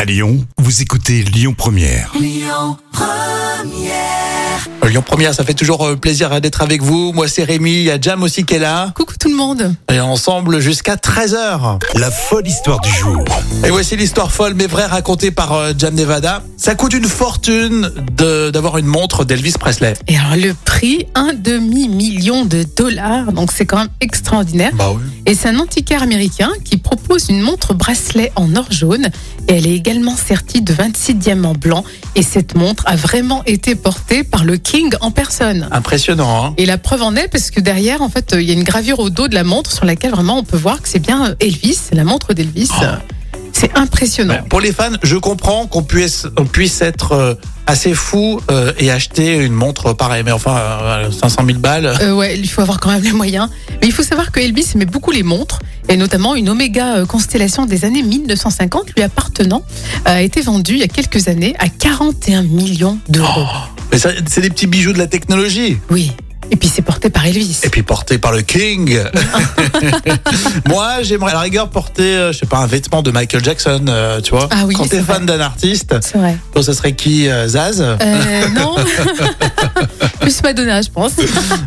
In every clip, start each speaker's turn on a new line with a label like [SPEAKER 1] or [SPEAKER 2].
[SPEAKER 1] À Lyon, vous écoutez Lyon Première.
[SPEAKER 2] Euh, Lyon Première, ça fait toujours euh, plaisir euh, d'être avec vous. Moi, c'est Rémi, il y a Jam aussi qui est là.
[SPEAKER 3] Coucou tout le monde.
[SPEAKER 2] Et ensemble jusqu'à 13h.
[SPEAKER 1] La folle histoire du jour.
[SPEAKER 2] Et voici l'histoire folle mais vraie racontée par euh, Jam Nevada. Ça coûte une fortune de- d'avoir une montre d'Elvis Presley.
[SPEAKER 3] Et alors le prix, un demi-million de dollars, donc c'est quand même extraordinaire.
[SPEAKER 2] Bah oui.
[SPEAKER 3] Et c'est un antiquaire américain qui propose une montre bracelet en or jaune et elle est également sertie de 26 diamants blancs. Et cette montre a vraiment été portée par le King en personne.
[SPEAKER 2] Impressionnant, hein
[SPEAKER 3] Et la preuve en est parce que derrière, en fait, euh, il y a une gravure au dos de la montre sur laquelle vraiment on peut voir que c'est bien euh, Elvis, la montre d'Elvis.
[SPEAKER 2] Oh.
[SPEAKER 3] Euh, C'est impressionnant.
[SPEAKER 2] Ouais, Pour les fans, je comprends qu'on puisse, on puisse être euh, assez fou euh, et acheter une montre pareille. Mais enfin, euh, 500 000 balles.
[SPEAKER 3] Euh, ouais, il faut avoir quand même les moyens. Mais il faut savoir que Elvis aimait beaucoup les montres, et notamment une Omega euh, Constellation des années 1950, lui appartenant, euh, a été vendue il y a quelques années à 41 millions
[SPEAKER 2] Oh.
[SPEAKER 3] d'euros.
[SPEAKER 2] Mais ça, c'est des petits bijoux de la technologie.
[SPEAKER 3] Oui. Et puis c'est porté par Elvis.
[SPEAKER 2] Oh. Et puis porté par le King. Moi, j'aimerais à la rigueur porter, euh, je sais pas, un vêtement de Michael Jackson, euh, tu vois.
[SPEAKER 3] Ah oui,
[SPEAKER 2] Quand
[SPEAKER 3] c'est
[SPEAKER 2] t'es
[SPEAKER 3] vrai.
[SPEAKER 2] fan d'un artiste,
[SPEAKER 3] C'est vrai.
[SPEAKER 2] donc ça serait qui euh, Zaz
[SPEAKER 3] Euh, non. Plus Madonna, je pense.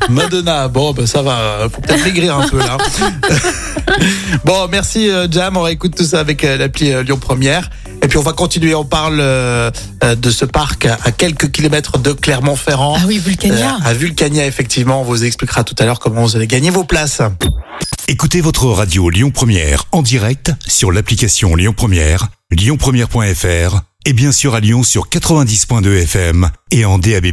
[SPEAKER 2] Madonna. Bon, ben ça va, faut peut-être maigrir un peu là. bon, merci euh, Jam, on réécoute tout ça avec euh, l'appli euh, Lyon Première. Et puis on va continuer, on parle euh, euh, de ce parc à quelques kilomètres de Clermont-Ferrand.
[SPEAKER 3] Ah oui, Vulcania.
[SPEAKER 2] Euh, à Vulcania, effectivement, on vous expliquera tout à l'heure comment vous allez gagner vos places.
[SPEAKER 1] Écoutez votre radio Lyon Première en direct sur l'application Lyon Première, lyonpremière.fr et bien sûr à Lyon sur 90.2 FM et en DAB+.